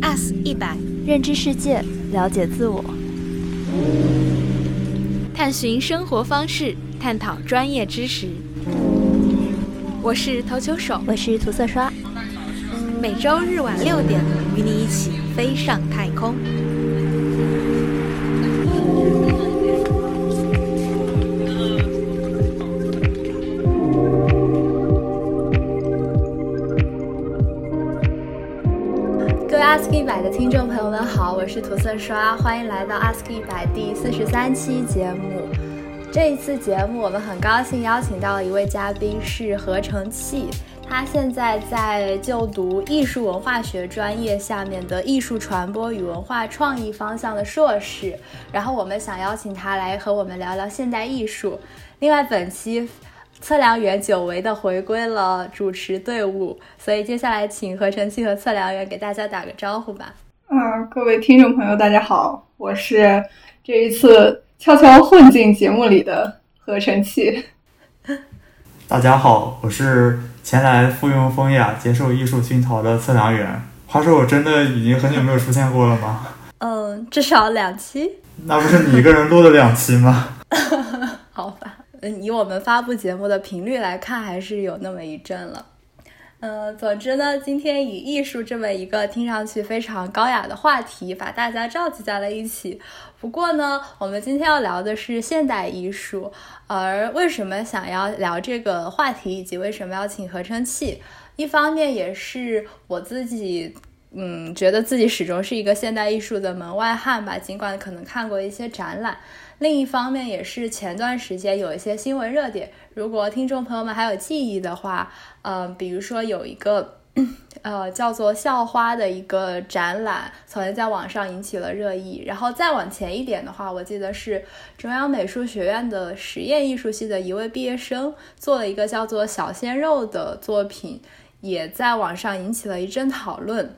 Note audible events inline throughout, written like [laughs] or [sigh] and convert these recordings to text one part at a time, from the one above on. Plus 一百，认知世界，了解自我。探寻生活方式，探讨专业知识。我是投球手，我是涂色刷，每周日晚六点与你一起飞上太空。各位 Ask 一百的听众朋友们好，我是涂色刷，欢迎来到 Ask 一百第四十三期节目。这一次节目，我们很高兴邀请到了一位嘉宾是何成器，他现在在就读艺术文化学专业下面的艺术传播与文化创意方向的硕士。然后我们想邀请他来和我们聊聊现代艺术。另外，本期测量员久违的回归了主持队伍，所以接下来请合成器和测量员给大家打个招呼吧。嗯，各位听众朋友，大家好，我是这一次悄悄混进节目里的合成器。大家好，我是前来附庸风雅、接受艺术熏陶的测量员。话说，我真的已经很久没有出现过了吗？ [laughs] 嗯，至少两期，那不是你一个人录了两期吗？ [laughs] [laughs] 好吧。嗯，以我们发布节目的频率来看，还是有那么一阵了。嗯，总之呢，今天以艺术这么一个听上去非常高雅的话题，把大家召集在了一起。不过呢，我们今天要聊的是现代艺术，而为什么想要聊这个话题，以及为什么要请合成器，一方面也是我自己。嗯，觉得自己始终是一个现代艺术的门外汉吧，尽管可能看过一些展览。另一方面，也是前段时间有一些新闻热点，如果听众朋友们还有记忆的话，呃，比如说有一个呃叫做校花的一个展览，曾在网上引起了热议。然后再往前一点的话，我记得是中央美术学院的实验艺术系的一位毕业生做了一个叫做“小鲜肉”的作品，也在网上引起了一阵讨论。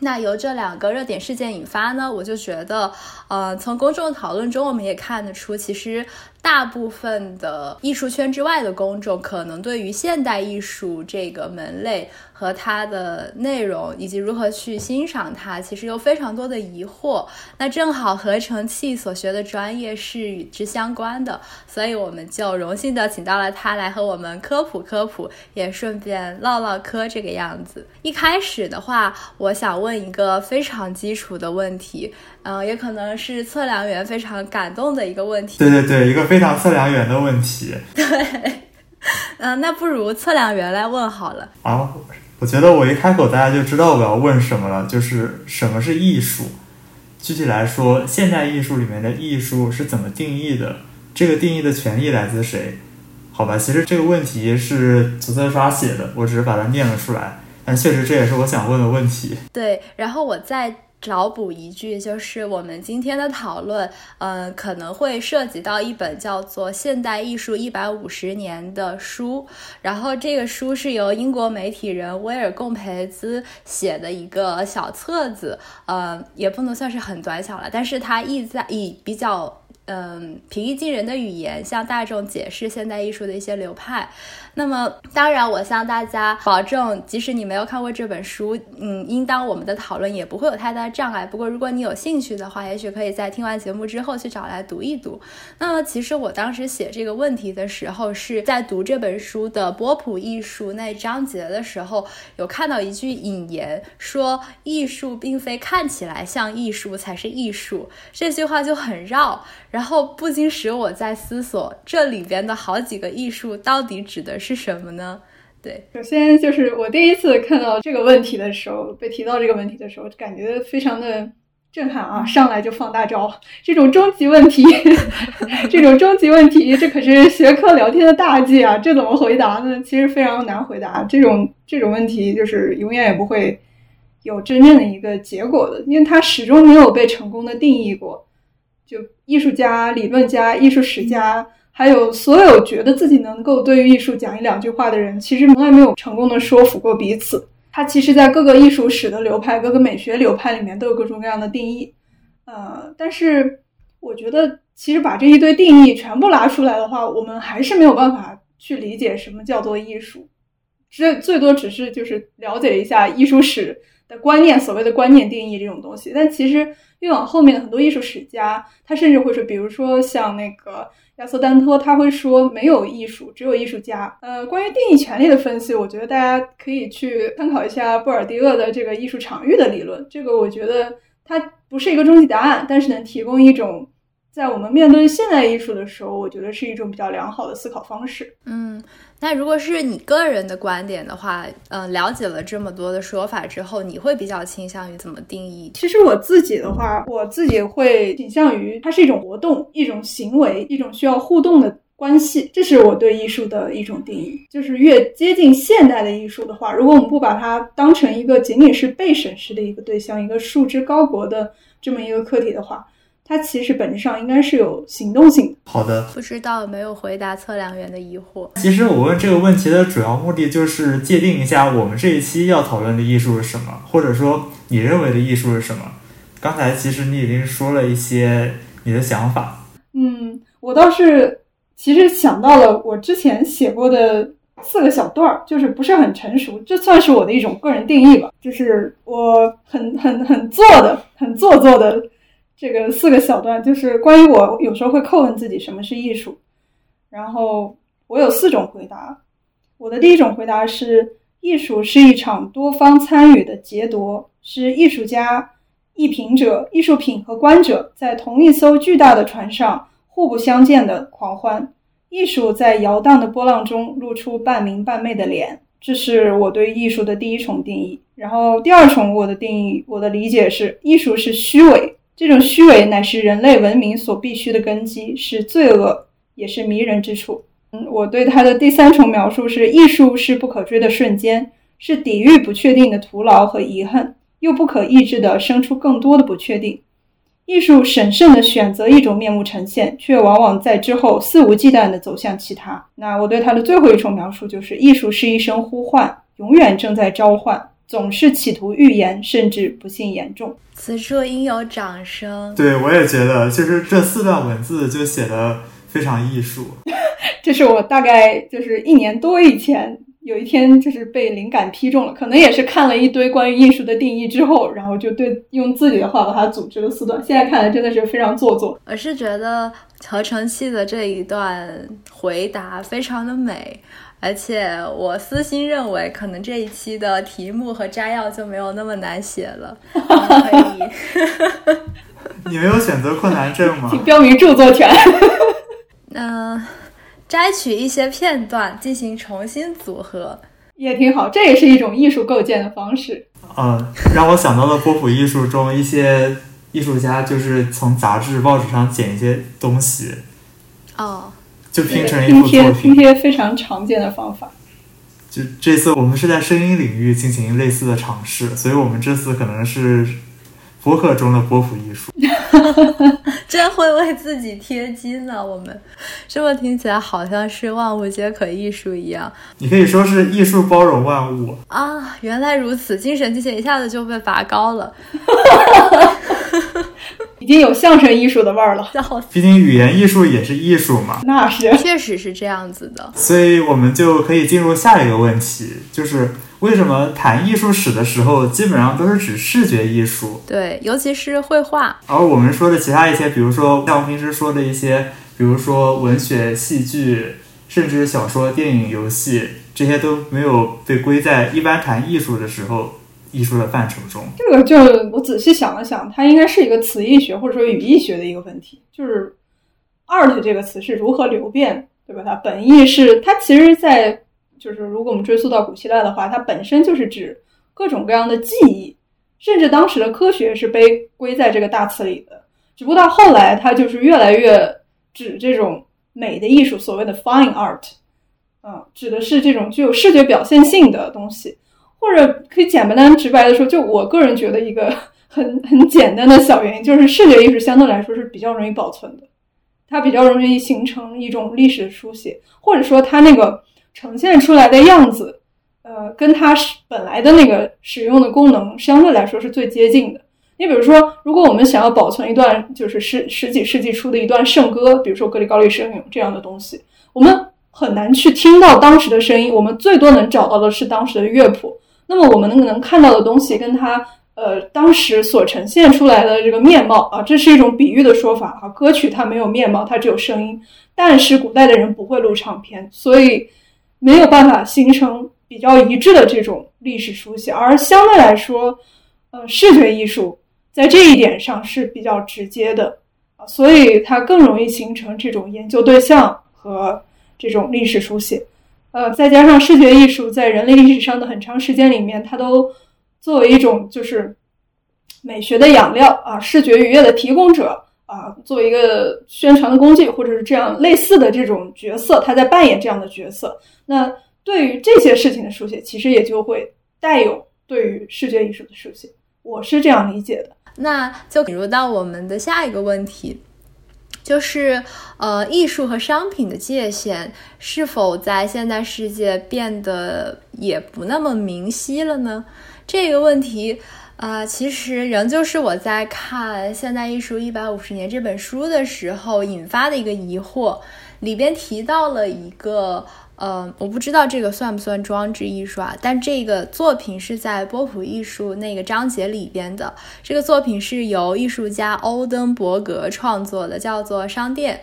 那由这两个热点事件引发呢，我就觉得，呃，从公众讨论中，我们也看得出，其实大部分的艺术圈之外的公众，可能对于现代艺术这个门类和它的内容，以及如何去欣赏它，其实有非常多的疑惑。那正好合成器所学的专业是与之相关的，所以我们就荣幸的请到了他来和我们科普科普，也顺便唠唠嗑这个样子。一开始的话，我想。问一个非常基础的问题，嗯、呃，也可能是测量员非常感动的一个问题。对对对，一个非常测量员的问题。对，嗯、呃，那不如测量员来问好了。啊，我觉得我一开口大家就知道我要问什么了，就是什么是艺术？具体来说，现代艺术里面的艺术是怎么定义的？这个定义的权利来自谁？好吧，其实这个问题是左侧刷写的，我只是把它念了出来。但确实，这也是我想问的问题。对，然后我再找补一句，就是我们今天的讨论，嗯、呃，可能会涉及到一本叫做《现代艺术一百五十年》的书，然后这个书是由英国媒体人威尔贡培兹写的一个小册子，呃，也不能算是很短小了，但是它意在以比较。嗯，平易近人的语言向大众解释现代艺术的一些流派。那么，当然，我向大家保证，即使你没有看过这本书，嗯，应当我们的讨论也不会有太大障碍。不过，如果你有兴趣的话，也许可以在听完节目之后去找来读一读。那么，其实我当时写这个问题的时候，是在读这本书的波普艺术那章节的时候，有看到一句引言说：“艺术并非看起来像艺术才是艺术。”这句话就很绕。然后不禁使我在思索，这里边的好几个艺术到底指的是什么呢？对，首先就是我第一次看到这个问题的时候，被提到这个问题的时候，感觉非常的震撼啊！上来就放大招， [laughs] 这种终极问题， [laughs] 这种终极问题， [laughs] 这可是学科聊天的大忌啊！这怎么回答呢？其实非常难回答，这种这种问题就是永远也不会有真正的一个结果的，因为它始终没有被成功的定义过。就艺术家、理论家、艺术史家，还有所有觉得自己能够对于艺术讲一两句话的人，其实从来没有成功的说服过彼此。它其实，在各个艺术史的流派、各个美学流派里面，都有各种各样的定义。呃，但是我觉得，其实把这一堆定义全部拿出来的话，我们还是没有办法去理解什么叫做艺术。这最多只是就是了解一下艺术史的观念，所谓的观念定义这种东西。但其实越往后面，很多艺术史家他甚至会说，比如说像那个亚瑟丹托，他会说没有艺术，只有艺术家。呃，关于定义权利的分析，我觉得大家可以去参考一下布尔迪厄的这个艺术场域的理论。这个我觉得它不是一个终极答案，但是能提供一种。在我们面对现代艺术的时候，我觉得是一种比较良好的思考方式。嗯，那如果是你个人的观点的话，嗯、呃，了解了这么多的说法之后，你会比较倾向于怎么定义？其实我自己的话，我自己会倾向于它是一种活动、一种行为、一种需要互动的关系，这是我对艺术的一种定义。就是越接近现代的艺术的话，如果我们不把它当成一个仅仅是被审视的一个对象、一个束之高阁的这么一个课题的话。它其实本质上应该是有行动性的。好的，不知道有没有回答测量员的疑惑。其实我问这个问题的主要目的就是界定一下我们这一期要讨论的艺术是什么，或者说你认为的艺术是什么。刚才其实你已经说了一些你的想法。嗯，我倒是其实想到了我之前写过的四个小段儿，就是不是很成熟，这算是我的一种个人定义吧，就是我很很很做的，很做作的。这个四个小段就是关于我有时候会叩问自己什么是艺术，然后我有四种回答。我的第一种回答是：艺术是一场多方参与的劫夺，是艺术家、艺评者、艺术品和观者在同一艘巨大的船上互不相见的狂欢。艺术在摇荡的波浪中露出半明半昧的脸。这是我对艺术的第一重定义。然后第二重我的定义，我的理解是：艺术是虚伪。这种虚伪乃是人类文明所必须的根基，是罪恶，也是迷人之处。嗯，我对它的第三重描述是：艺术是不可追的瞬间，是抵御不确定的徒劳和遗憾，又不可抑制地生出更多的不确定。艺术审慎地选择一种面目呈现，却往往在之后肆无忌惮地走向其他。那我对它的最后一重描述就是：艺术是一声呼唤，永远正在召唤。总是企图预言，甚至不幸言中。此处应有掌声。对，我也觉得，就是这四段文字就写的非常艺术。这是我大概就是一年多以前，有一天就是被灵感劈中了，可能也是看了一堆关于艺术的定义之后，然后就对用自己的话把它组织了四段。现在看来真的是非常做作。我是觉得合成器的这一段回答非常的美。而且我私心认为，可能这一期的题目和摘要就没有那么难写了。嗯可以，你没有选择困难症吗？请 [laughs] 标明著作权。嗯呃，摘取一些片段进行重新组合，也挺好，这也是一种艺术构建的方式。嗯，让我想到了波普艺术中一些艺术家就是从杂志、报纸上剪一些东西。哦。就拼成一拼部作贴，品。拼贴非常常见的方法。就这次我们是在声音领域进行类似的尝试，所以我们这次可能是播客中的波普艺术。真会为自己贴金呢、啊！我们这么听起来好像是万物皆可艺术一样。你可以说是艺术包容万物啊！原来如此，精神境界一下子就被拔高了。已经有相声艺术的味儿了，毕竟语言艺术也是艺术嘛。那是，确实是这样子的。所以我们就可以进入下一个问题，就是为什么谈艺术史的时候，基本上都是指视觉艺术？对，尤其是绘画。而我们说的其他一些，比如说像我平时说的一些，比如说文学、戏剧，甚至小说、电影、游戏，这些都没有被归在一般谈艺术的时候。艺术的范畴中，这个就我仔细想了想，它应该是一个词义学或者说语义学的一个问题，就是 “art” 这个词是如何流变，对吧？它本意是它其实在，在就是如果我们追溯到古希腊的话，它本身就是指各种各样的技艺，甚至当时的科学是被归在这个大词里的。只不过到后来，它就是越来越指这种美的艺术，所谓的 “fine art”，嗯，指的是这种具有视觉表现性的东西。或者可以简单直白的说，就我个人觉得一个 [laughs] 很很简单的小原因，就是视觉艺术相对来说是比较容易保存的，它比较容易形成一种历史的书写，或者说它那个呈现出来的样子，呃，跟它本来的那个使用的功能相对来说是最接近的。你比如说，如果我们想要保存一段就是十十几世纪初的一段圣歌，比如说《格里高利圣咏》这样的东西，我们很难去听到当时的声音，我们最多能找到的是当时的乐谱。那么我们能能看到的东西跟它呃当时所呈现出来的这个面貌啊，这是一种比喻的说法啊。歌曲它没有面貌，它只有声音。但是古代的人不会录唱片，所以没有办法形成比较一致的这种历史书写。而相对来说，呃，视觉艺术在这一点上是比较直接的啊，所以它更容易形成这种研究对象和这种历史书写。呃，再加上视觉艺术在人类历史上的很长时间里面，它都作为一种就是美学的养料啊，视觉愉悦的提供者啊，作为一个宣传的工具，或者是这样类似的这种角色，他在扮演这样的角色。那对于这些事情的书写，其实也就会带有对于视觉艺术的书写，我是这样理解的。那就引入到我们的下一个问题。就是呃，艺术和商品的界限是否在现代世界变得也不那么明晰了呢？这个问题啊、呃，其实仍旧是我在看《现代艺术一百五十年》这本书的时候引发的一个疑惑。里边提到了一个呃，我不知道这个算不算装置艺术啊，但这个作品是在波普艺术那个章节里边的。这个作品是由艺术家欧登伯格创作的，叫做《商店》。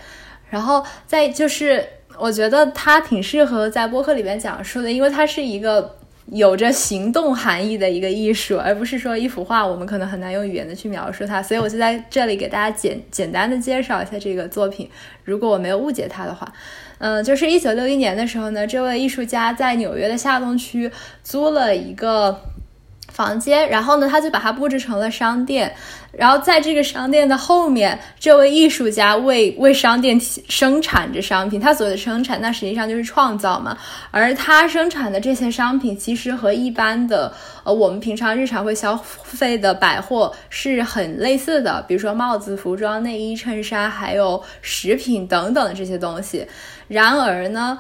然后在就是我觉得它挺适合在播客里边讲述的，因为它是一个有着行动含义的一个艺术，而不是说一幅画，我们可能很难用语言的去描述它。所以我就在这里给大家简简单的介绍一下这个作品，如果我没有误解它的话。嗯，就是一九六一年的时候呢，这位艺术家在纽约的下东区租了一个房间，然后呢，他就把它布置成了商店。然后在这个商店的后面，这位艺术家为为商店提生产着商品。他所谓的生产，那实际上就是创造嘛。而他生产的这些商品，其实和一般的呃我们平常日常会消费的百货是很类似的，比如说帽子、服装、内衣、衬衫，还有食品等等的这些东西。然而呢，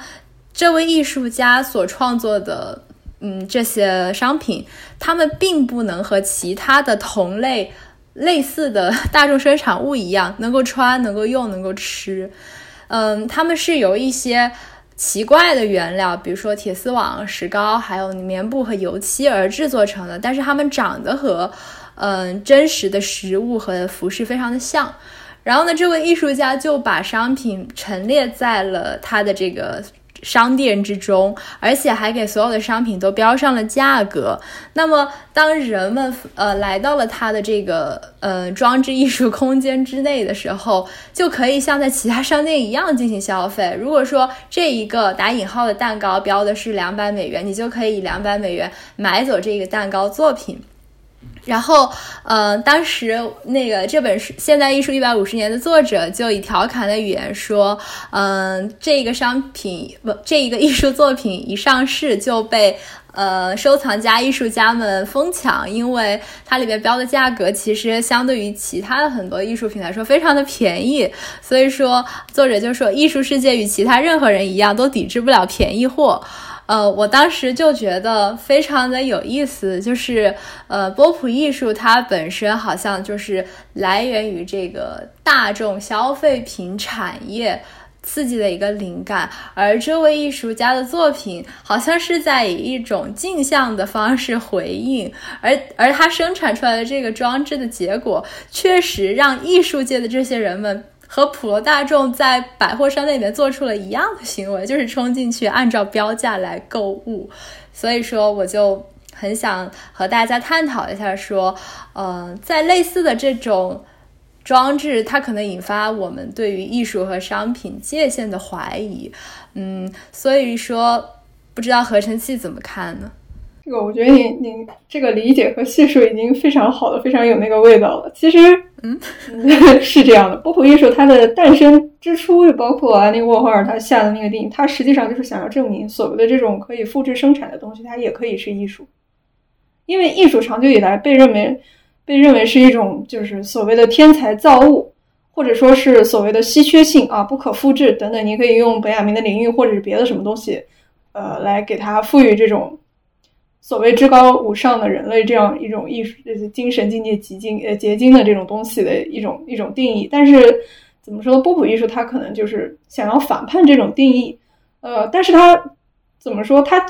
这位艺术家所创作的，嗯，这些商品，他们并不能和其他的同类类似的大众生产物一样，能够穿、能够用、能够吃。嗯，他们是由一些奇怪的原料，比如说铁丝网、石膏，还有棉布和油漆而制作成的，但是它们长得和嗯真实的食物和服饰非常的像。然后呢，这位艺术家就把商品陈列在了他的这个商店之中，而且还给所有的商品都标上了价格。那么，当人们呃来到了他的这个呃装置艺术空间之内的时候，就可以像在其他商店一样进行消费。如果说这一个打引号的蛋糕标的是两百美元，你就可以以两百美元买走这个蛋糕作品。然后，呃，当时那个这本书《现代艺术一百五十年》的作者就以调侃的语言说，嗯、这个商品不，这一个艺术作品一上市就被呃收藏家、艺术家们疯抢，因为它里面标的价格其实相对于其他的很多艺术品来说非常的便宜，所以说作者就说，艺术世界与其他任何人一样，都抵制不了便宜货。呃，我当时就觉得非常的有意思，就是呃，波普艺术它本身好像就是来源于这个大众消费品产业刺激的一个灵感，而这位艺术家的作品好像是在以一种镜像的方式回应，而而他生产出来的这个装置的结果，确实让艺术界的这些人们。和普罗大众在百货商店里面做出了一样的行为，就是冲进去按照标价来购物。所以说，我就很想和大家探讨一下，说，呃，在类似的这种装置，它可能引发我们对于艺术和商品界限的怀疑。嗯，所以说，不知道合成器怎么看呢？这个我觉得你你这个理解和叙述已经非常好了，非常有那个味道了。其实，嗯， [laughs] 是这样的，波普艺术它的诞生之初，就包括安妮沃霍尔他下的那个电影，它实际上就是想要证明，所谓的这种可以复制生产的东西，它也可以是艺术。因为艺术长久以来被认为被认为是一种就是所谓的天才造物，或者说是所谓的稀缺性啊、不可复制等等。你可以用本雅明的领域或者是别的什么东西，呃，来给它赋予这种所谓至高无上的人类这样一种艺术呃精神境界结晶呃结晶的这种东西的一种一种定义。但是怎么说呢？波普艺术它可能就是想要反叛这种定义，呃，但是它怎么说？它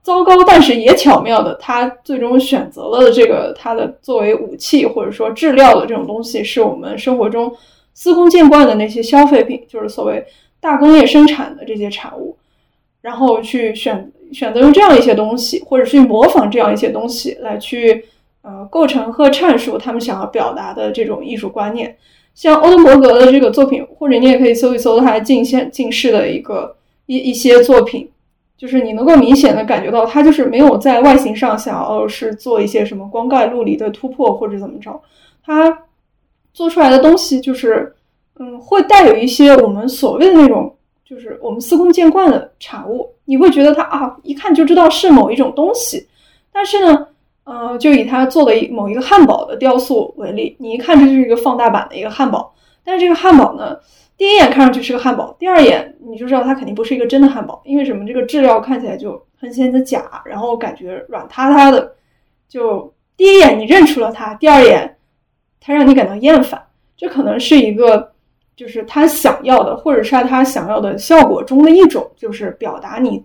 糟糕，但是也巧妙的，他最终选择了这个他的作为武器或者说质料的这种东西，是我们生活中司空见惯的那些消费品，就是所谓大工业生产的这些产物，然后去选选择用这样一些东西，或者去模仿这样一些东西来去呃构成和阐述他们想要表达的这种艺术观念。像欧登伯格的这个作品，或者你也可以搜一搜他近现近世的一个一一些作品，就是你能够明显的感觉到，他就是没有在外形上想要是做一些什么光怪陆离的突破或者怎么着，他做出来的东西就是，嗯，会带有一些我们所谓的那种，就是我们司空见惯的产物，你会觉得它啊，一看就知道是某一种东西，但是呢，呃，就以他做的一某一个汉堡的雕塑为例，你一看这就是一个放大版的一个汉堡，但是这个汉堡呢，第一眼看上去是个汉堡，第二眼你就知道它肯定不是一个真的汉堡，因为什么？这个质料看起来就很显得假，然后感觉软塌塌的，就第一眼你认出了它，第二眼它让你感到厌烦，这可能是一个。就是他想要的，或者是他想要的效果中的一种，就是表达你，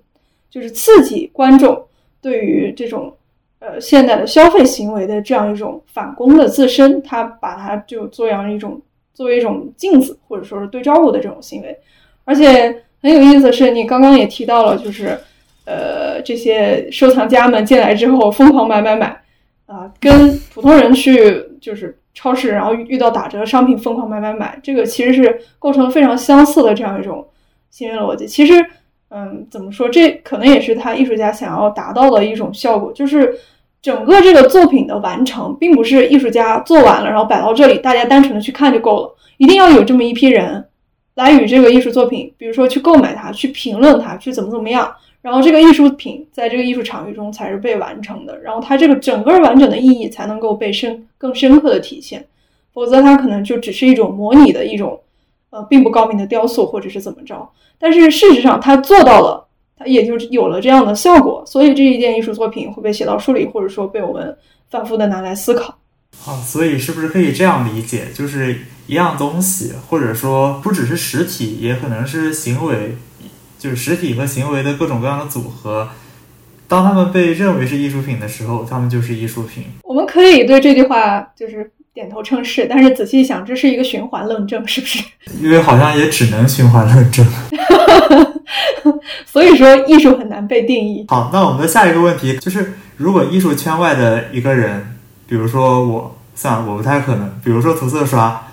就是刺激观众对于这种呃现代的消费行为的这样一种反攻的自身，他把它就作为一种作为一种镜子，或者说是对照物的这种行为。而且很有意思的是，你刚刚也提到了，就是呃这些收藏家们进来之后疯狂买买买啊、跟普通人去就是超市，然后遇遇到打折商品疯狂买买买，这个其实是构成非常相似的这样一种行为逻辑。其实，嗯，怎么说，这可能也是他艺术家想要达到的一种效果，就是整个这个作品的完成，并不是艺术家做完了然后摆到这里，大家单纯的去看就够了，一定要有这么一批人来与这个艺术作品，比如说去购买它、去评论它、去怎么怎么样。然后这个艺术品在这个艺术场域中才是被完成的，然后它这个整个完整的意义才能够被深更深刻的体现，否则它可能就只是一种模拟的一种，呃，并不高明的雕塑或者是怎么着。但是事实上，它做到了，它也就有了这样的效果，所以这一件艺术作品会被写到书里，或者说被我们反复的拿来思考。哦，所以是不是可以这样理解，就是一样东西，或者说不只是实体，也可能是行为，就是实体和行为的各种各样的组合。当他们被认为是艺术品的时候，他们就是艺术品。我们可以对这句话就是点头称是，但是仔细一想，这是一个循环论证，是不 [laughs] 是？因为好像也只能循环论证。所以说，艺术很难被定义。好，那我们的下一个问题就是，如果艺术圈外的一个人，比如说我，算了，我不太可能，比如说涂色刷，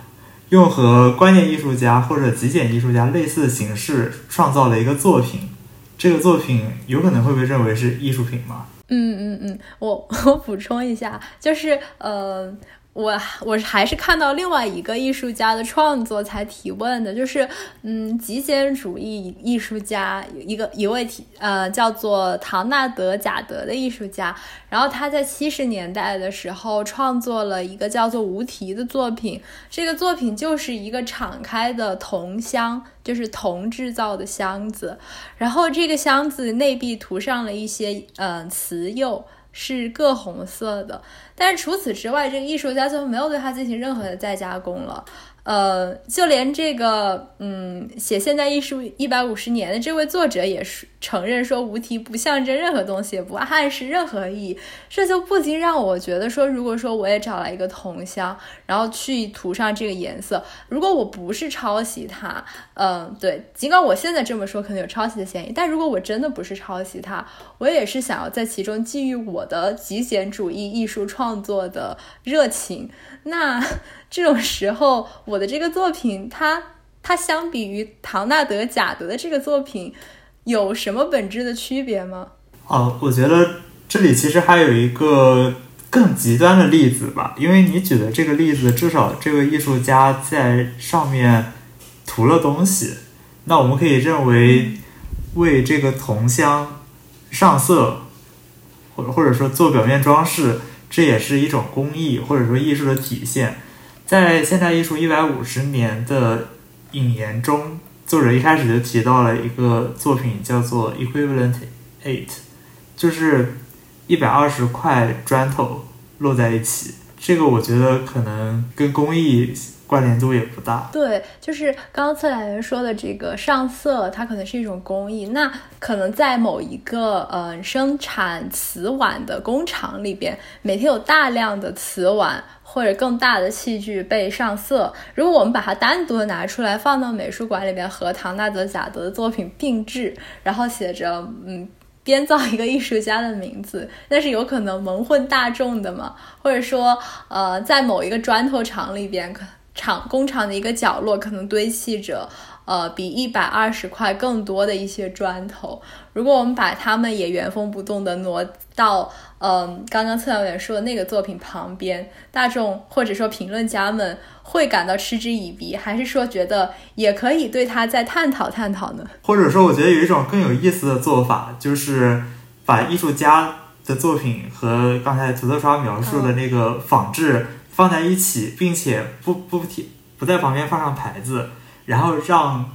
用和观念艺术家或者极简艺术家类似的形式创造了一个作品，这个作品有可能会被认为是艺术品吗？嗯嗯嗯，我 [laughs] 我补充一下，就是呃，我我还是看到另外一个艺术家的创作才提问的，就是嗯，极简主义艺术家一个一位提呃叫做唐纳德·贾德的艺术家，然后他在七十年代的时候创作了一个叫做《无题》的作品，这个作品就是一个敞开的铜箱，就是铜制造的箱子，然后这个箱子内壁涂上了一些嗯瓷釉，是各红色的。但是除此之外，这个艺术家最后没有对它进行任何的再加工了。呃，就连这个嗯写现代艺术一百五十年的这位作者也是承认说，无题不象征任何东西，也不暗示任何意义。这就不禁让我觉得说，如果说我也找来一个铜箱，然后去涂上这个颜色，如果我不是抄袭它，嗯，对，尽管我现在这么说可能有抄袭的嫌疑，但如果我真的不是抄袭它，我也是想要在其中基于我的极简主义艺术创作的热情。那这种时候，我的这个作品，它它相比于唐纳德·贾德的这个作品，有什么本质的区别吗？哦，我觉得这里其实还有一个更极端的例子吧，因为你举的这个例子，至少这个艺术家在上面涂了东西，那我们可以认为为这个铜箱上色，或或者说做表面装饰，这也是一种工艺或者说艺术的体现。在现代艺术一百五十年的引言中，作者一开始就提到了一个作品叫做 Equivalent Eight，就是一百二十块砖头摞在一起，这个我觉得可能跟工艺关联度也不大。对，就是刚刚策展人说的这个上色，它可能是一种工艺。那可能在某一个呃生产瓷碗的工厂里边，每天有大量的瓷碗或者更大的器具被上色。如果我们把它单独的拿出来放到美术馆里边，和唐纳德·贾德的作品并置，然后写着嗯。编造一个艺术家的名字，那是有可能蒙混大众的嘛？或者说，呃，在某一个砖头厂里边，可厂工厂的一个角落，可能堆砌着呃比一百二十块更多的一些砖头。如果我们把它们也原封不动的挪到，嗯、呃，刚刚策展员说的那个作品旁边，大众或者说评论家们会感到嗤之以鼻，还是说觉得也可以对它再探讨探讨呢？或者说，我觉得有一种更有意思的做法，就是把艺术家的作品和刚才土豆刷描述的那个仿制放在一起，并且不不贴不在旁边放上牌子，然后让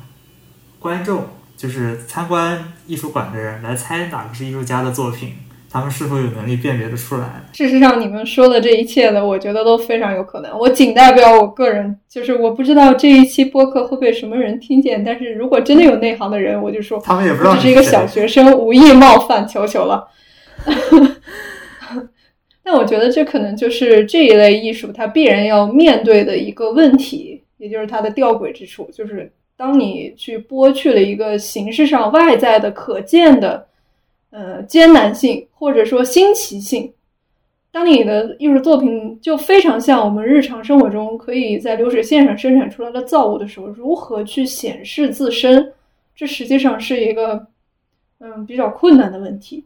观众就是参观艺术馆的人来猜哪个是艺术家的作品，他们是否有能力辨别得出来。事实上，你们说的这一切呢，我觉得都非常有可能。我仅代表我个人，就是我不知道这一期播客会被什么人听见，但是如果真的有内行的人，我就说，他们也不知我道只你是一个谁小学生，无意冒犯，求求了。但我觉得这可能就是这一类艺术它必然要面对的一个问题，也就是它的吊诡之处，就是当你去剥去了一个形式上外在的可见的呃艰难性或者说新奇性，当你的艺术作品就非常像我们日常生活中可以在流水线上生产出来的造物的时候，如何去显示自身，这实际上是一个嗯比较困难的问题。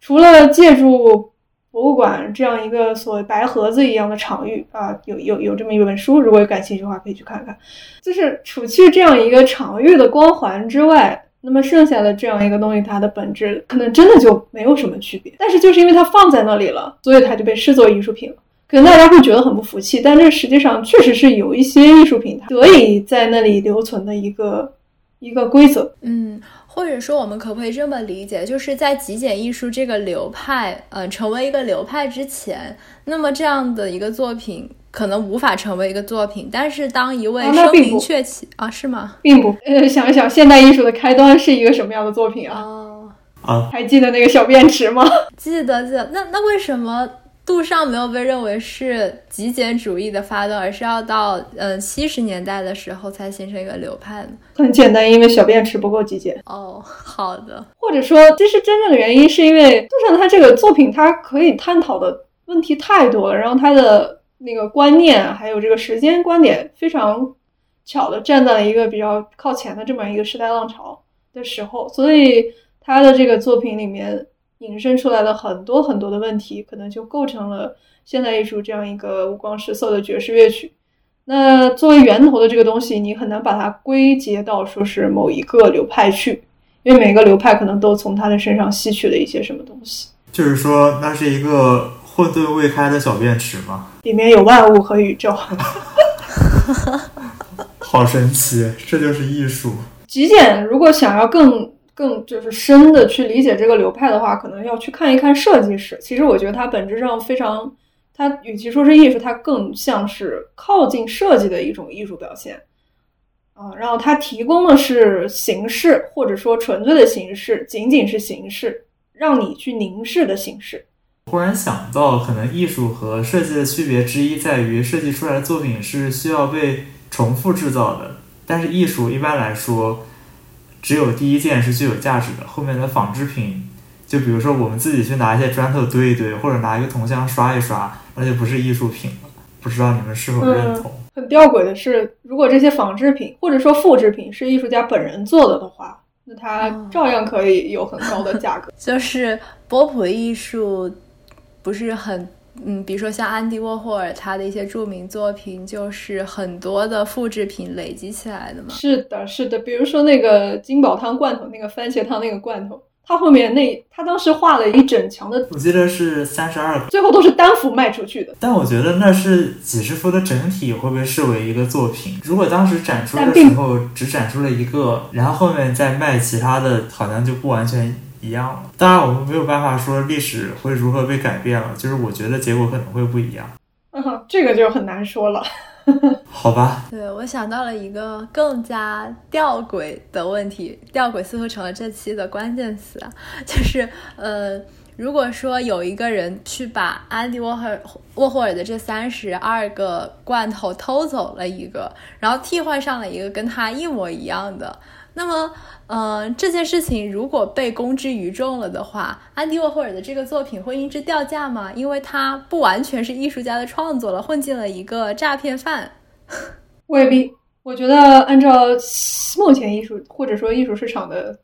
除了借助博物馆这样一个所谓白盒子一样的场域啊，有有有这么一本书，如果感兴趣的话可以去看看。就是除去这样一个场域的光环之外，那么剩下的这样一个东西，它的本质可能真的就没有什么区别。但是就是因为它放在那里了，所以它就被视作艺术品了。可能大家会觉得很不服气，但这实际上确实是有一些艺术品它得以在那里留存的一个一个规则。嗯，或者说我们可不可以这么理解，就是在极简艺术这个流派，呃，成为一个流派之前，那么这样的一个作品可能无法成为一个作品，但是当一位啊那声并名不鹊起啊，是吗？并不，呃，想一想现代艺术的开端是一个什么样的作品啊？哦，啊，还记得那个小便池吗？记得记得，那那为什么杜尚没有被认为是极简主义的发端，而是要到嗯七十年代的时候才形成一个流派呢？很简单，因为小便池不够极简，哦，好的，或者说，这是真正的原因，是因为杜尚他这个作品，他可以探讨的问题太多了，然后他的那个观念还有这个时间观点非常巧的站在了一个比较靠前的这么一个时代浪潮的时候，所以他的这个作品里面引申出来的很多很多的问题，可能就构成了现代艺术这样一个五光十色的爵士乐曲。那作为源头的这个东西，你很难把它归结到说是某一个流派去，因为每个流派可能都从他的身上吸取了一些什么东西，就是说那是一个混沌未开的小便池嘛，里面有万物和宇宙。好神奇，这就是艺术。极简如果想要更更就是深的去理解这个流派的话，可能要去看一看设计师。其实我觉得它本质上非常，它与其说是艺术，它更像是靠近设计的一种艺术表现。啊，然后它提供的是形式，或者说纯粹的形式，仅仅是形式，让你去凝视的形式。忽然想到，可能艺术和设计的区别之一在于，设计出来的作品是需要被重复制造的，但是艺术一般来说，只有第一件是具有价值的，后面的仿制品，就比如说我们自己去拿一些砖头堆一堆，或者拿一个铜箱刷一刷，那就不是艺术品了。不知道你们是否认同？很吊诡的是，如果这些仿制品或者说复制品是艺术家本人做的的话，那它照样可以有很高的价格。 [laughs] 就是波普艺术不是很。嗯，比如说像安迪沃霍尔，他的一些著名作品就是很多的复制品累积起来的嘛。是的，是的，比如说那个金宝汤罐头，那个番茄汤那个罐头，它后面那他当时画了一整墙的，我记得是三十二个，最后都是单幅卖出去的，但我觉得那是几十幅的整体，会被视为一个作品？如果当时展出的但时并候只展出了一个，然后后面再卖其他的，好像就不完全一样了。当然，我们没有办法说历史会如何被改变了，就是我觉得结果可能会不一样。嗯，这个就很难说了。好吧，对我想到了一个更加吊诡的问题，吊诡似乎成了这期的关键词啊，就是呃，如果说有一个人去把安迪沃霍尔沃霍尔的这三十二个罐头偷走了一个，然后替换上了一个跟他一模一样的，那么呃，这件事情如果被公之于众了的话，安迪沃霍尔的这个作品会因之掉价吗？因为它不完全是艺术家的创作了，混进了一个诈骗犯。未必，我觉得按照目前艺术或者说艺术市场的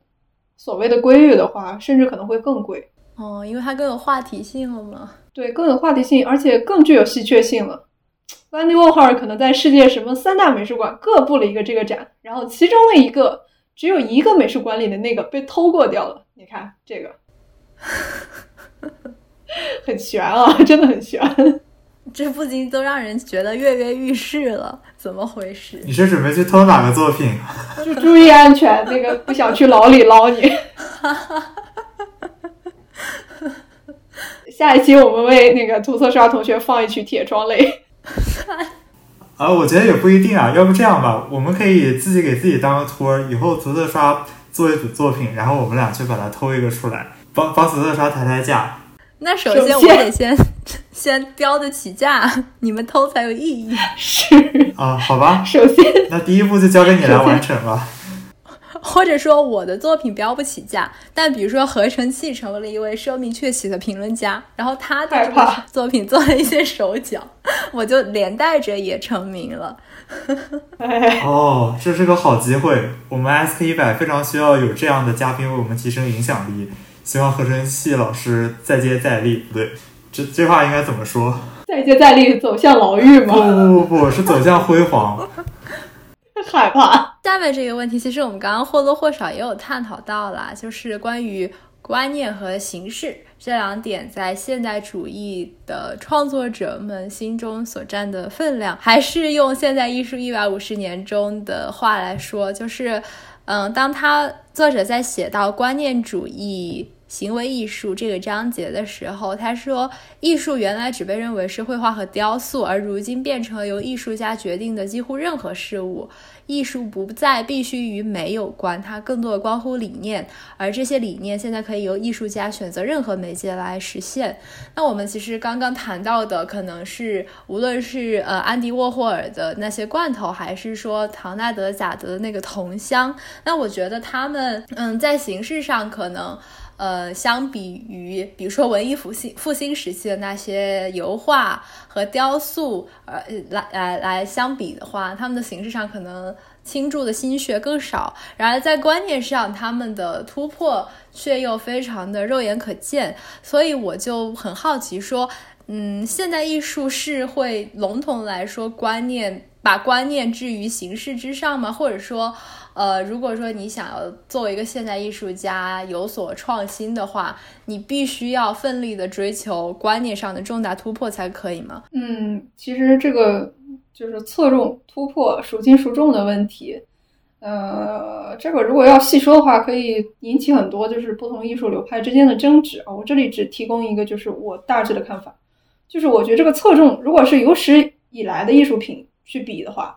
所谓的规律的话，甚至可能会更贵。哦，因为它更有话题性了嘛。对，更有话题性，而且更具有稀缺性了。安迪沃霍尔可能在世界什么三大美术馆各布了一个这个展，然后其中的一个只有一个美术馆里的那个被偷过掉了。你看这个，很悬啊，真的很悬。这不禁都让人觉得跃跃欲试了，怎么回事？你是准备去偷哪个作品？就注意安全，那个不想去牢里捞你。下一期我们为那个涂色刷同学放一曲《铁窗泪》。啊，我觉得也不一定啊。要不这样吧，我们可以自己给自己当个托儿，以后涂色刷做一组作品，然后我们俩去把它偷一个出来，帮帮涂色刷抬抬价。那首首先我先得先 [laughs] 先标得起价，你们偷才有意义。是，啊，好吧，首先 [laughs] 那第一步就交给你来完成了。或者说我的作品标不起价，但比如说合成器成为了一位声名鹊起的评论家，然后他对这害怕个作品做了一些手脚， [laughs] 我就连带着也成名了。哦，这是个好机会。我们 S K 一百非常需要有这样的嘉宾为我们提升影响力。希望合成器老师再接再厉。不对，这这话应该怎么说？再接再厉走向牢狱不吗？不不不，是走向辉煌。害怕。下面这个问题，其实我们刚刚或多或少也有探讨到啦，就是关于观念和形式这两点在现代主义的创作者们心中所占的分量。还是用现代艺术一百五十年中的话来说，就是，嗯，当他作者在写到观念主义。行为艺术这个章节的时候，他说，艺术原来只被认为是绘画和雕塑，而如今变成了由艺术家决定的几乎任何事物。艺术不再必须与美有关，它更多的关乎理念，而这些理念现在可以由艺术家选择任何媒介来实现。那我们其实刚刚谈到的，可能是无论是呃安迪沃霍尔的那些罐头，还是说唐纳德·贾德的那个铜箱，那我觉得他们嗯在形式上可能。呃，相比于比如说文艺复兴复兴时期的那些油画和雕塑，呃，来来来相比的话，他们的形式上可能倾注的心血更少，然而在观念上，他们的突破却又非常的肉眼可见，所以我就很好奇说，嗯，现代艺术是会笼统地来说观念，把观念置于形式之上吗？或者说，呃，如果说你想要作为一个现代艺术家有所创新的话，你必须要奋力的追求观念上的重大突破才可以吗？ [laughs] 嗯，其实这个就是侧重突破孰轻孰重的问题。呃，这个如果要细说的话，可以引起很多就是不同艺术流派之间的争执啊。我这里只提供一个就是我大致的看法，就是我觉得这个侧重，如果是有史以来的艺术品去比的话，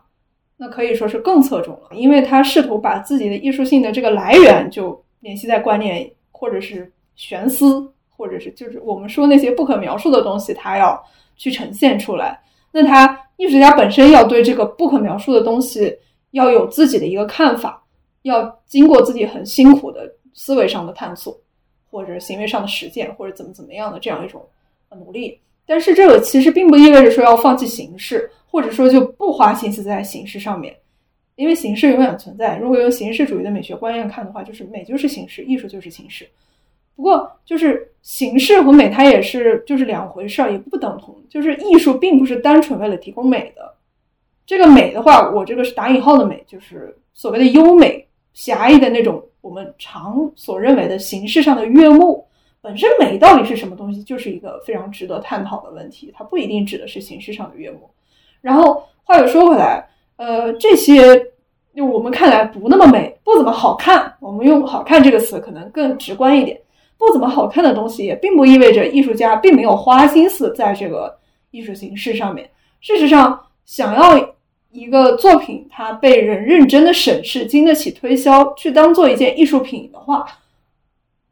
那可以说是更侧重了，因为他试图把自己的艺术性的这个来源就联系在观念，或者是悬思，或者是就是我们说那些不可描述的东西，他要去呈现出来。那他艺术家本身要对这个不可描述的东西要有自己的一个看法，要经过自己很辛苦的思维上的探索，或者行为上的实践，或者怎么怎么样的这样一种呃努力。但是这个其实并不意味着说要放弃形式，或者说就不花心思在形式上面，因为形式永远存在。如果用形式主义的美学观念看的话，就是美就是形式，艺术就是形式。不过就是形式和美，它也是就是两回事儿，也不等同。就是艺术并不是单纯为了提供美的，这个美的话，我这个是打引号的美，就是所谓的优美、狭义的那种我们常所认为的形式上的悦目。本身美到底是什么东西，就是一个非常值得探讨的问题，它不一定指的是形式上的悦目。然后话又说回来，呃，这些就我们看来不那么美、不怎么好看，我们用“好看”这个词可能更直观一点。不怎么好看的东西，也并不意味着艺术家并没有花心思在这个艺术形式上面。事实上，想要一个作品它被人认真的审视，经得起推销，去当做一件艺术品的话，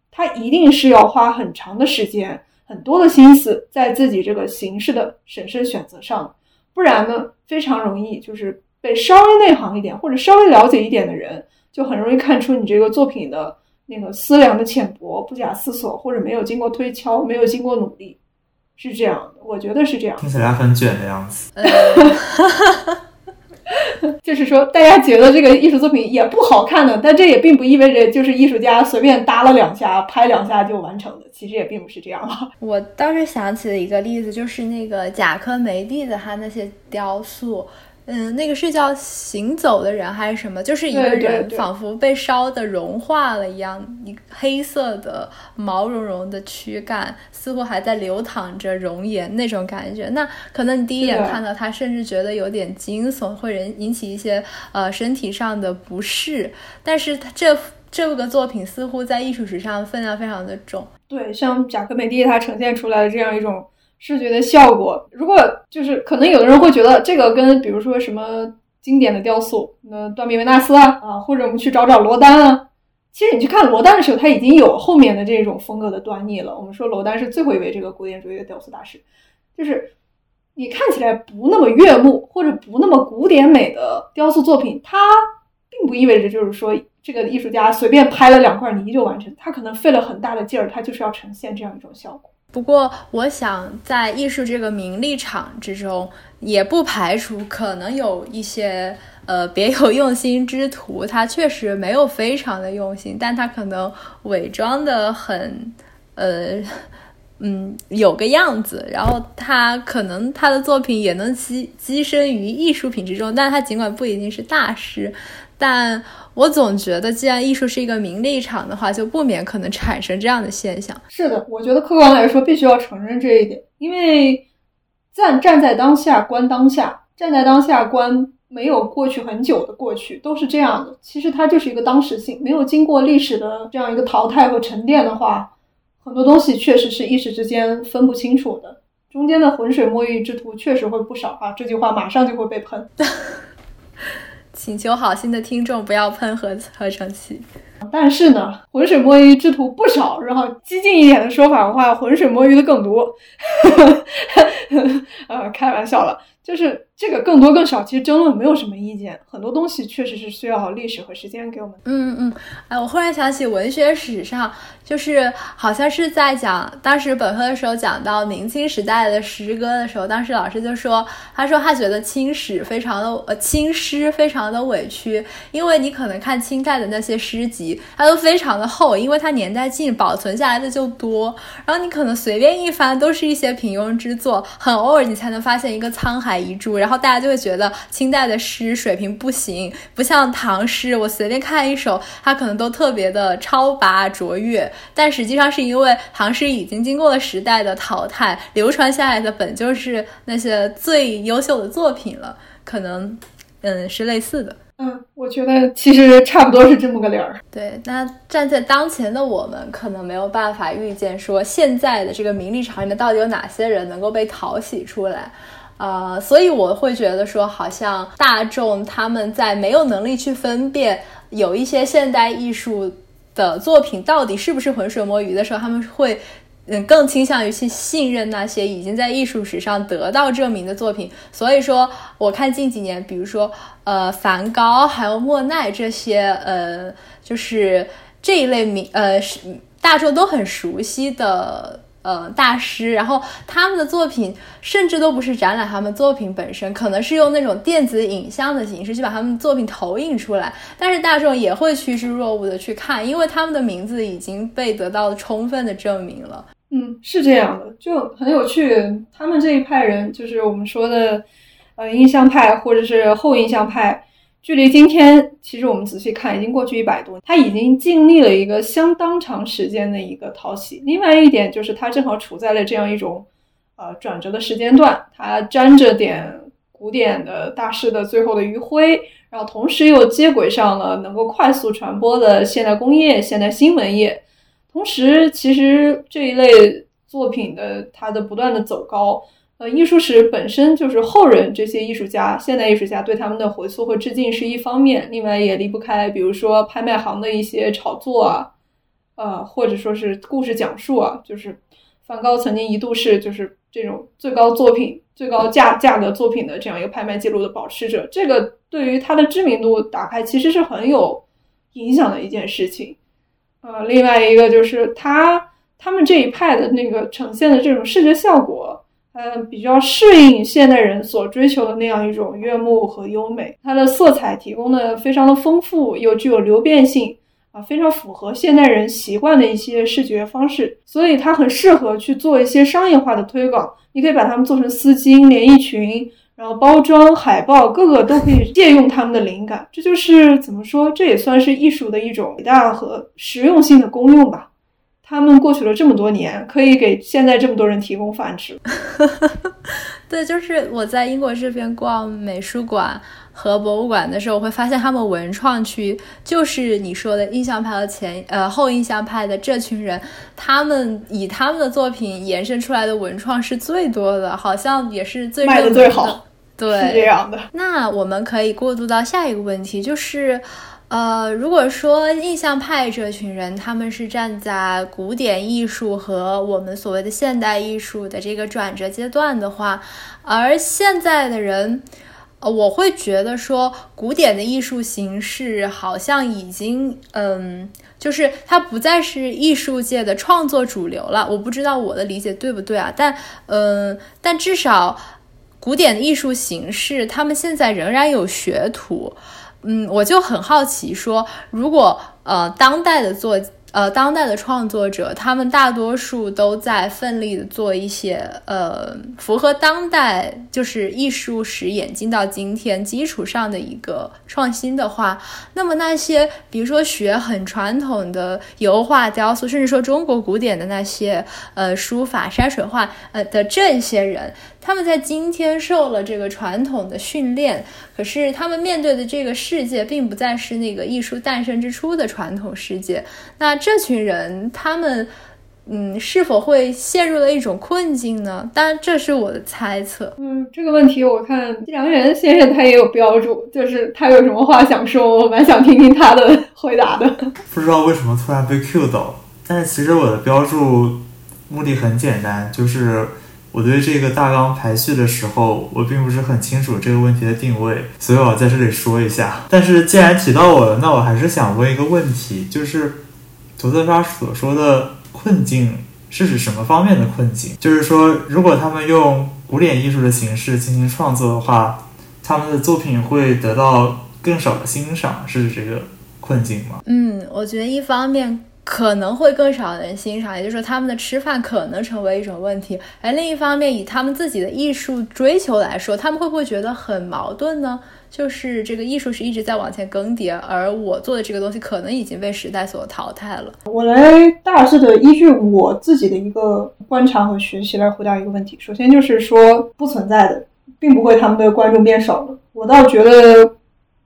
它一定是要花很长的时间、很多的心思在自己这个形式的审慎选择上，不然呢，非常容易就是被稍微内行一点或者稍微了解一点的人，就很容易看出你这个作品的。那个思量的浅薄、不假思索，或者没有经过推敲、没有经过努力，是这样的，我觉得是这样。听起来很卷的样子。呃就是说，大家觉得这个艺术作品也不好看的，但这也并不意味着就是艺术家随便搭了两下、拍两下就完成的，其实也并不是这样啊。我倒是想起了一个例子，就是那个贾科梅蒂的他那些雕塑。嗯，那个是叫行走的人还是什么？就是一个人仿佛被烧的融化了一样，一黑色的毛茸茸的躯干，似乎还在流淌着熔岩那种感觉。那可能你第一眼看到它，甚至觉得有点惊悚，会人引起一些呃身体上的不适。但是它这这个作品似乎在艺术史上分量非常的重。 [laughs] 对，像贾科梅蒂他呈现出来的这样一种。视觉的效果，如果就是可能有的人会觉得这个跟比如说什么经典的雕塑，那断臂维纳斯啊啊，或者我们去找找罗丹啊。其实你去看罗丹的时候，他已经有后面的这种风格的端倪了。我们说罗丹是最后一位这个古典主义的雕塑大师，就是你看起来不那么悦目或者不那么古典美的雕塑作品，它并不意味着就是说这个艺术家随便拍了两块泥就完成，他可能费了很大的劲儿，他就是要呈现这样一种效果。不过，我想在艺术这个名利场之中，也不排除可能有一些呃别有用心之徒，他确实没有非常的用心，但他可能伪装的很呃 [laughs] 嗯有个样子，然后他可能他的作品也能跻呃嗯跻身于艺术品之中，但他尽管不一定是大师，但我总觉得，既然艺术是一个名利场的话，就不免可能产生这样的现象。是的，我觉得客观来说，必须要承认这一点，因为站站在当下观当下，站在当下观没有过去很久的过去，都是这样的。其实它就是一个当时性，没有经过历史的这样一个淘汰和沉淀的话，很多东西确实是一时之间分不清楚的，中间的浑水摸鱼之徒确实会不少啊。这句话马上就会被喷。请求好心的听众不要喷合合成器。但是呢，浑水摸鱼之徒不少，然后激进一点的说法的话，浑水摸鱼的更多。 [laughs] 呃，开玩笑了，就是这个更多更少，其实争论没有什么意见。很多东西确实是需要历史和时间给我们。嗯嗯，哎，我忽然想起文学史上，就是好像是在讲当时本科的时候讲到明清时代的诗歌的时候，当时老师就说，他说他觉得清史非常的呃清诗非常的委屈，因为你可能看清代的那些诗集。它都非常的厚，因为它年代近，保存下来的就多。然后你可能随便一翻，都是一些平庸之作，很偶尔你才能发现一个沧海遗珠。然后大家就会觉得清代的诗水平不行，不像唐诗，我随便看一首，它可能都特别的超拔卓越。但实际上是因为唐诗已经经过了时代的淘汰，流传下来的本就是那些最优秀的作品了。可能，嗯，是类似的。嗯，我觉得其实差不多是这么个理儿。对，那站在当前的我们，可能没有办法预见说现在的这个名利场里面到底有哪些人能够被淘洗出来，呃，所以我会觉得说，好像大众他们在没有能力去分辨有一些现代艺术的作品到底是不是浑水摸鱼的时候，他们会。嗯，更倾向于去信任那些已经在艺术史上得到证明的作品。所以说，我看近几年，比如说，呃，梵高还有莫奈这些，呃，就是这一类名，呃，是大众都很熟悉的。呃，大师，然后他们的作品甚至都不是展览他们作品本身，可能是用那种电子影像的形式去把他们作品投影出来，但是大众也会趋之若鹜的去看，因为他们的名字已经被得到充分的证明了。嗯，是这样的，就很有趣。他们这一派人，就是我们说的，呃，印象派或者是后印象派。距离今天，其实我们仔细看，已经过去一百多年，他已经经历了一个相当长时间的一个淘洗。另外一点就是，他正好处在了这样一种，呃，转折的时间段，他沾着点古典的大师的最后的余晖，然后同时又接轨上了能够快速传播的现代工业、现代新闻业。同时，其实这一类作品的它的不断的走高，呃，艺术史本身就是后人这些艺术家、现代艺术家对他们的回溯和致敬是一方面，另外也离不开，比如说拍卖行的一些炒作啊，呃，或者说是故事讲述啊，就是梵高曾经一度是就是这种最高作品、最高价价格作品的这样一个拍卖记录的保持者，这个对于他的知名度打开其实是很有影响的一件事情。呃，另外一个就是他他们这一派的那个呈现的这种视觉效果，呃，比较适应现代人所追求的那样一种悦目和优美。它的色彩提供的非常的丰富，又具有流变性啊、非常符合现代人习惯的一些视觉方式，所以它很适合去做一些商业化的推广。你可以把它们做成丝巾、连衣裙，然后包装、海报，各个都可以借用他们的灵感。这就是怎么说，这也算是艺术的一种伟大和实用性的功用吧。他们过去了这么多年，可以给现在这么多人提供饭吃。对，就是我在英国这边逛美术馆和博物馆的时候，我会发现他们文创区就是你说的印象派和前呃后印象派的这群人，他们以他们的作品延伸出来的文创是最多的，好像也是最卖热的门最好，对，是这样的。那我们可以过渡到下一个问题，就是，呃，如果说印象派这群人，他们是站在古典艺术和我们所谓的现代艺术的这个转折阶段的话，而现在的人。呃，我会觉得说，古典的艺术形式好像已经，嗯，就是它不再是艺术界的创作主流了。我不知道我的理解对不对啊，但，嗯，但至少古典的艺术形式，他们现在仍然有学徒。嗯，我就很好奇说，如果呃当代的作呃当代的创作者，他们大多数都在奋力的做一些呃符合当代就是艺术史演进到今天基础上的一个创新的话，那么那些比如说学很传统的油画、雕塑，甚至说中国古典的那些呃书法、山水画呃的这些人，他们在今天受了这个传统的训练，可是他们面对的这个世界，并不再是那个艺术诞生之初的传统世界。那这群人，他们嗯，是否会陷入了一种困境呢？当然，这是我的猜测。嗯，这个问题我看梁元先生他也有标注，就是他有什么话想说，我蛮想听听他的回答的。不知道为什么突然被 Q 到，但是其实我的标注目的很简单，就是我对这个大纲排序的时候，我并不是很清楚这个问题的定位，所以我要在这里说一下。但是既然提到我了，那我还是想问一个问题，就是涂色刷所说的困境是指什么方面的困境？就是说，如果他们用古典艺术的形式进行创作的话，他们的作品会得到更少的欣赏，是指这个困境吗？嗯，我觉得一方面可能会更少人欣赏，也就是说他们的吃饭可能成为一种问题。而另一方面，以他们自己的艺术追求来说，他们会不会觉得很矛盾呢？就是这个艺术是一直在往前更迭，而我做的这个东西可能已经被时代所淘汰了。我来大致的依据我自己的一个观察和学习来回答一个问题。首先就是说不存在的，并不会他们的观众变少了。我倒觉得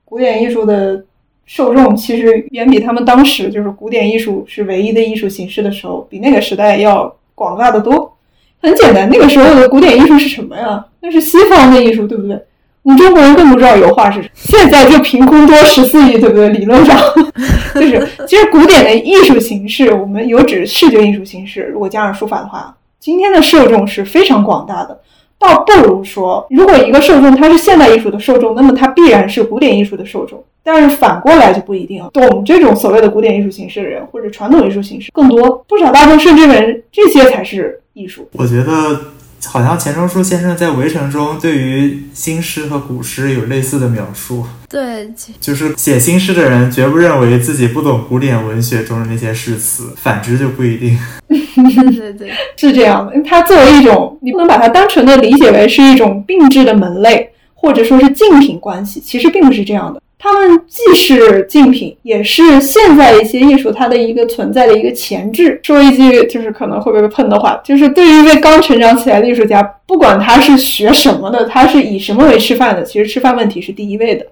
古典艺术的受众其实远比他们当时就是古典艺术是唯一的艺术形式的时候，比那个时代要广大的多。很简单，那个时候的古典艺术是什么呀？那是西方的艺术，对不对？我们中国人更不知道油画是什么。现在就凭空多十四亿，对不对？理论上。 [laughs] 就是其实古典的艺术形式，我们有指视觉艺术形式，如果加上书法的话，今天的受众是非常广大的。倒不如说，如果一个受众他是现代艺术的受众，那么他必然是古典艺术的受众。但是反过来就不一定了。懂这种所谓的古典艺术形式的人，或者传统艺术形式更多，不少大众甚至人，这些才是艺术。我觉得好像钱钟书先生在《围城》中对于新诗和古诗有类似的描述，对，就是写新诗的人绝不认为自己不懂古典文学中的那些诗词，反之就不一定。对对对，是这样的，它作为一种，你不能把它单纯的理解为是一种并置的门类，或者说是竞品关系，其实并不是这样的。它们既是竞品，也是现在一些艺术它的一个存在的一个前置。说一句就是可能会被喷的话，就是对于一位刚成长起来的艺术家，不管他是学什么的，他是以什么为吃饭的，其实吃饭问题是第一位的。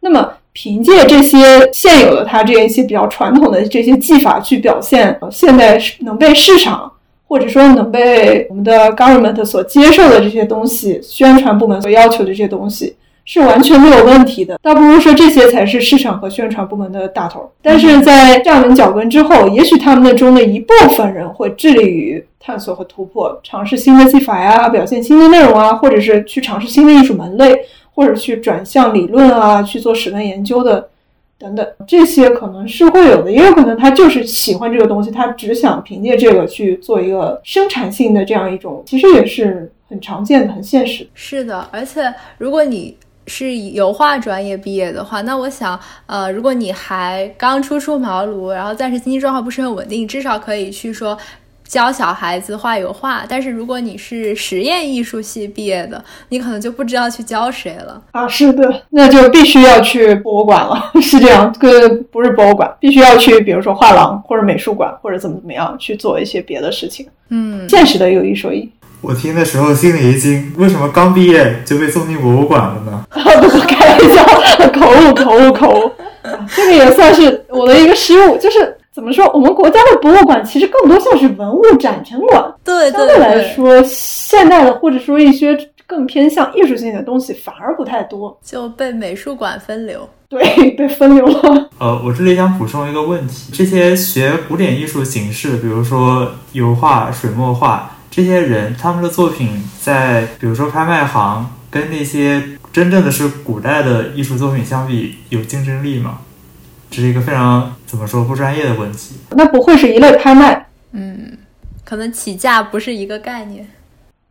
那么凭借这些现有的他这一些比较传统的这些技法去表现呃现在能被市场或者说能被我们的 government 所接受的这些东西，宣传部门所要求的这些东西。是完全没有问题的，倒不如说这些才是市场和宣传部门的大头。但是在站稳脚跟之后，也许他们中的一部分人会致力于探索和突破，尝试新的技法呀，表现新的内容啊，或者是去尝试新的艺术门类，或者去转向理论啊，去做史论研究的等等，这些可能是会有的。也有可能他就是喜欢这个东西，他只想凭借这个去做一个生产性的这样一种，其实也是很常见的、很现实的。是的，而且如果你。是油画专业毕业的话，那我想，呃，如果你还刚初出茅庐，然后暂时经济状况不是很稳定，至少可以去说教小孩子画油画。但是如果你是实验艺术系毕业的，你可能就不知道去教谁了。啊，是的，那就必须要去博物馆了， [laughs] 是这样，跟不是博物馆，必须要去，比如说画廊或者美术馆或者怎么怎么样去做一些别的事情。嗯，现实的有一说一。 [laughs] 我听的时候心里一惊，为什么刚毕业就被送进博物馆了呢？开玩笑，口误口误口误，啊这个也算是我的一个失误，就是怎么说，我们国家的博物馆其实更多像是文物展陈馆，对相对对对，来说，现代的或者说一些更偏向艺术性的东西反而不太多，就被美术馆分流。对， [laughs] 被分流了。呃，我这里想补充一个问题：这些学古典艺术形式，比如说油画、水墨画，这些人他们的作品在比如说拍卖行跟那些真正的是古代的艺术作品相比，有竞争力吗？这是一个非常怎么说不专业的问题。那不会是一类拍卖，嗯，可能起价不是一个概念。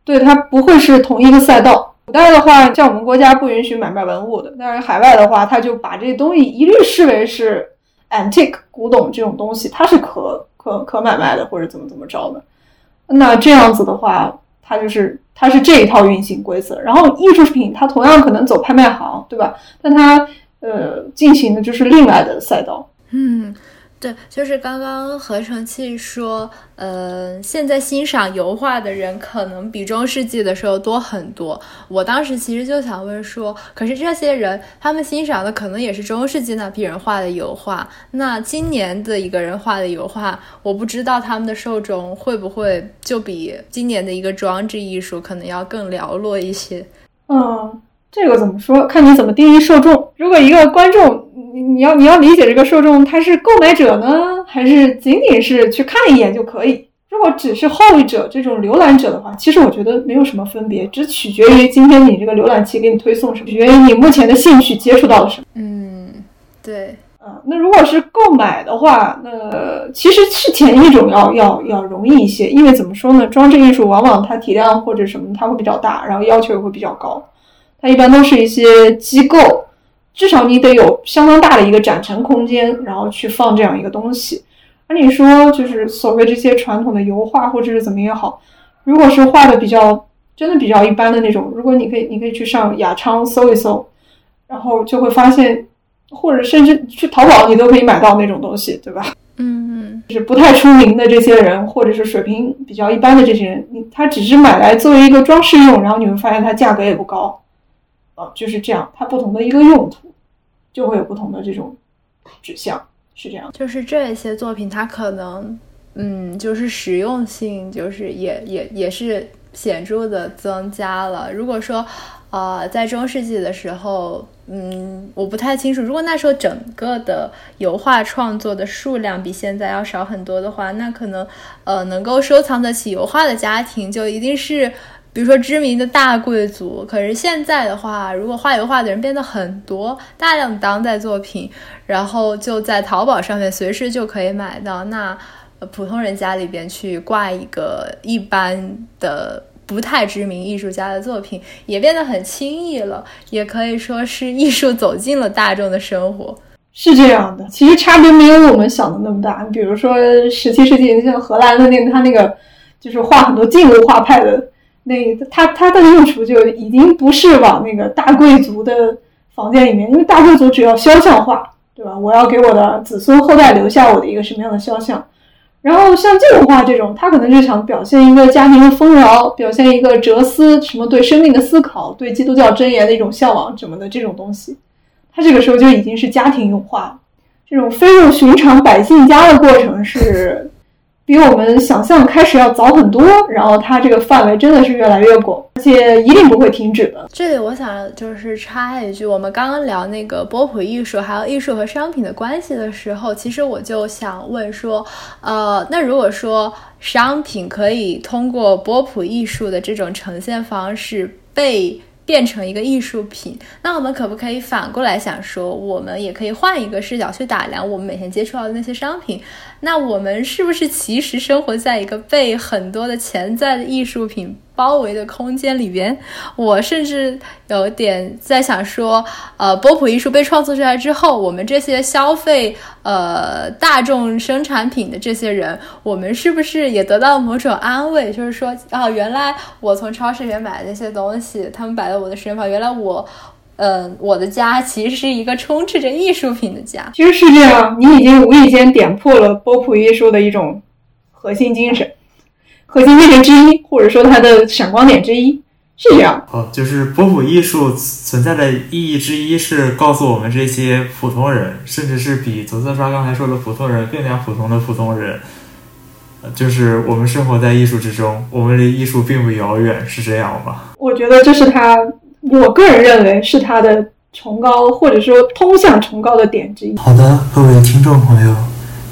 对，它不会是同一个赛道。古代的话，像我们国家不允许买卖文物的，但是海外的话，他就把这东西一律视为是 antique 古董这种东西，它是可可可买卖的，或者怎么怎么着的。那这样子的话，它就是它是这一套运行规则。然后艺术品它同样可能走拍卖行，对吧？但它呃进行的就是另外的赛道。嗯，对，就是刚刚合成器说，呃，现在欣赏油画的人可能比中世纪的时候多很多。我当时其实就想问说，可是这些人他们欣赏的可能也是中世纪那批人画的油画，那今年的一个人画的油画，我不知道他们的受众会不会就比今年的一个装置艺术可能要更寥落一些。嗯，这个怎么说？看你怎么定义受众。如果一个观众，你你要你要理解这个受众，他是购买者呢，还是仅仅是去看一眼就可以？如果只是后一者这种浏览者的话，其实我觉得没有什么分别，只取决于今天你这个浏览器给你推送什么，取决于你目前的兴趣接触到了什么。嗯，对，嗯，那如果是购买的话，那其实是前一种要要要容易一些，因为怎么说呢，装置艺术往往它体量或者什么它会比较大，然后要求也会比较高，它一般都是一些机构，至少你得有相当大的一个展陈空间，然后去放这样一个东西。而你说就是所谓这些传统的油画或者是怎么也好，如果是画的比较真的比较一般的那种，如果你可以你可以去上雅昌搜一搜，然后就会发现，或者甚至去淘宝你都可以买到那种东西，对吧？嗯嗯。就是不太出名的这些人，或者是水平比较一般的这些人，你他只是买来作为一个装饰用，然后你会发现它价格也不高，啊，就是这样，它不同的一个用途，就会有不同的这种指向，是这样的。就是这些作品，它可能，嗯，就是实用性，就是也也也是显著的增加了。如果说，呃，在中世纪的时候，嗯，我不太清楚，如果那时候整个的油画创作的数量比现在要少很多的话，那可能，呃，能够收藏得起油画的家庭，就一定是。比如说知名的大贵族，可是现在的话，如果画油画的人变得很多，大量的当代作品，然后就在淘宝上面随时就可以买到。那呃普通人家里边去挂一个一般的不太知名艺术家的作品，也变得很轻易了，也可以说是艺术走进了大众的生活。是这样的，其实差别没有我们想的那么大。你比如说十七世纪，像荷兰的那个，他那个就是画很多静物画派的那，他他的用处就已经不是往那个大贵族的房间里面，因为大贵族只要肖像画，对吧？我要给我的子孙后代留下我的一个什么样的肖像。然后像静物画这种，他可能就想表现一个家庭的丰饶，表现一个哲思，什么对生命的思考，对基督教箴言的一种向往什么的这种东西。它这个时候就已经是家庭用画了。这种飞入寻常百姓家的过程是比我们想象开始要早很多，然后它这个范围真的是越来越广，而且一定不会停止的。这里我想就是插一句，我们刚刚聊那个波普艺术还有艺术和商品的关系的时候，其实我就想问说，呃，那如果说商品可以通过波普艺术的这种呈现方式被变成一个艺术品，那我们可不可以反过来想说，我们也可以换一个视角去打量我们每天接触到的那些商品？那我们是不是其实生活在一个被很多的潜在的艺术品包围的空间里边？我甚至有点在想说，呃，波普艺术被创作出来之后，我们这些消费呃大众生产品的这些人，我们是不是也得到某种安慰？就是说，啊，原来我从超市里面买的那些东西，他们摆在我的身旁，原来我。嗯，我的家其实是一个充斥着艺术品的家。其实是这样，你已经无意间点破了波普艺术的一种核心精神，核心精神之一，或者说它的闪光点之一，是这样。哦，就是波普艺术存在的意义之一是告诉我们这些普通人，甚至是比左侧刷刚才说的普通人更加普通的普通人，呃就是我们生活在艺术之中，我们离艺术并不遥远，是这样吧？我觉得这是他。我个人认为是它的崇高，或者说通向崇高的点之一。好的，各位听众朋友，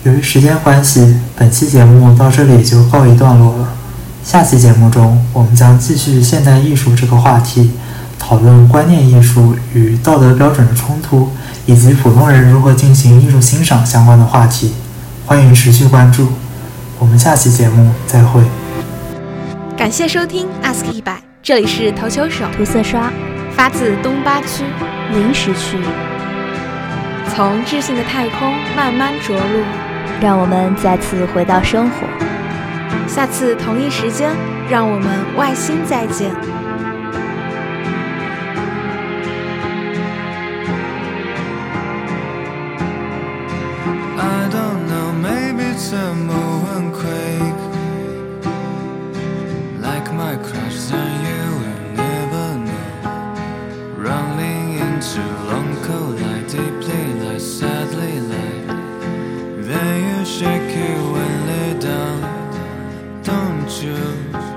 由于时间关系，本期节目到这里就告一段落了。下期节目中，我们将继续现代艺术这个话题，讨论观念艺术与道德标准的冲突，以及普通人如何进行艺术欣赏相关的话题。欢迎持续关注，我们下期节目再会。感谢收听 Ask 一百。这里是投球手涂色刷，发自东八区临时区，从智性的太空慢慢着陆，让我们再次回到生活。下次同一时间，让我们外星再见。choose